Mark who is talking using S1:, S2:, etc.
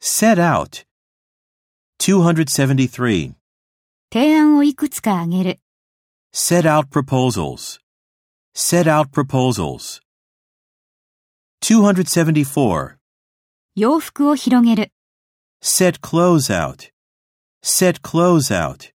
S1: Set out. 273.
S2: 提案をいくつか挙げる。
S1: Set out proposals. Set out proposals. 274.
S2: 洋服を広げる。
S1: Set clothes out. Set clothes out.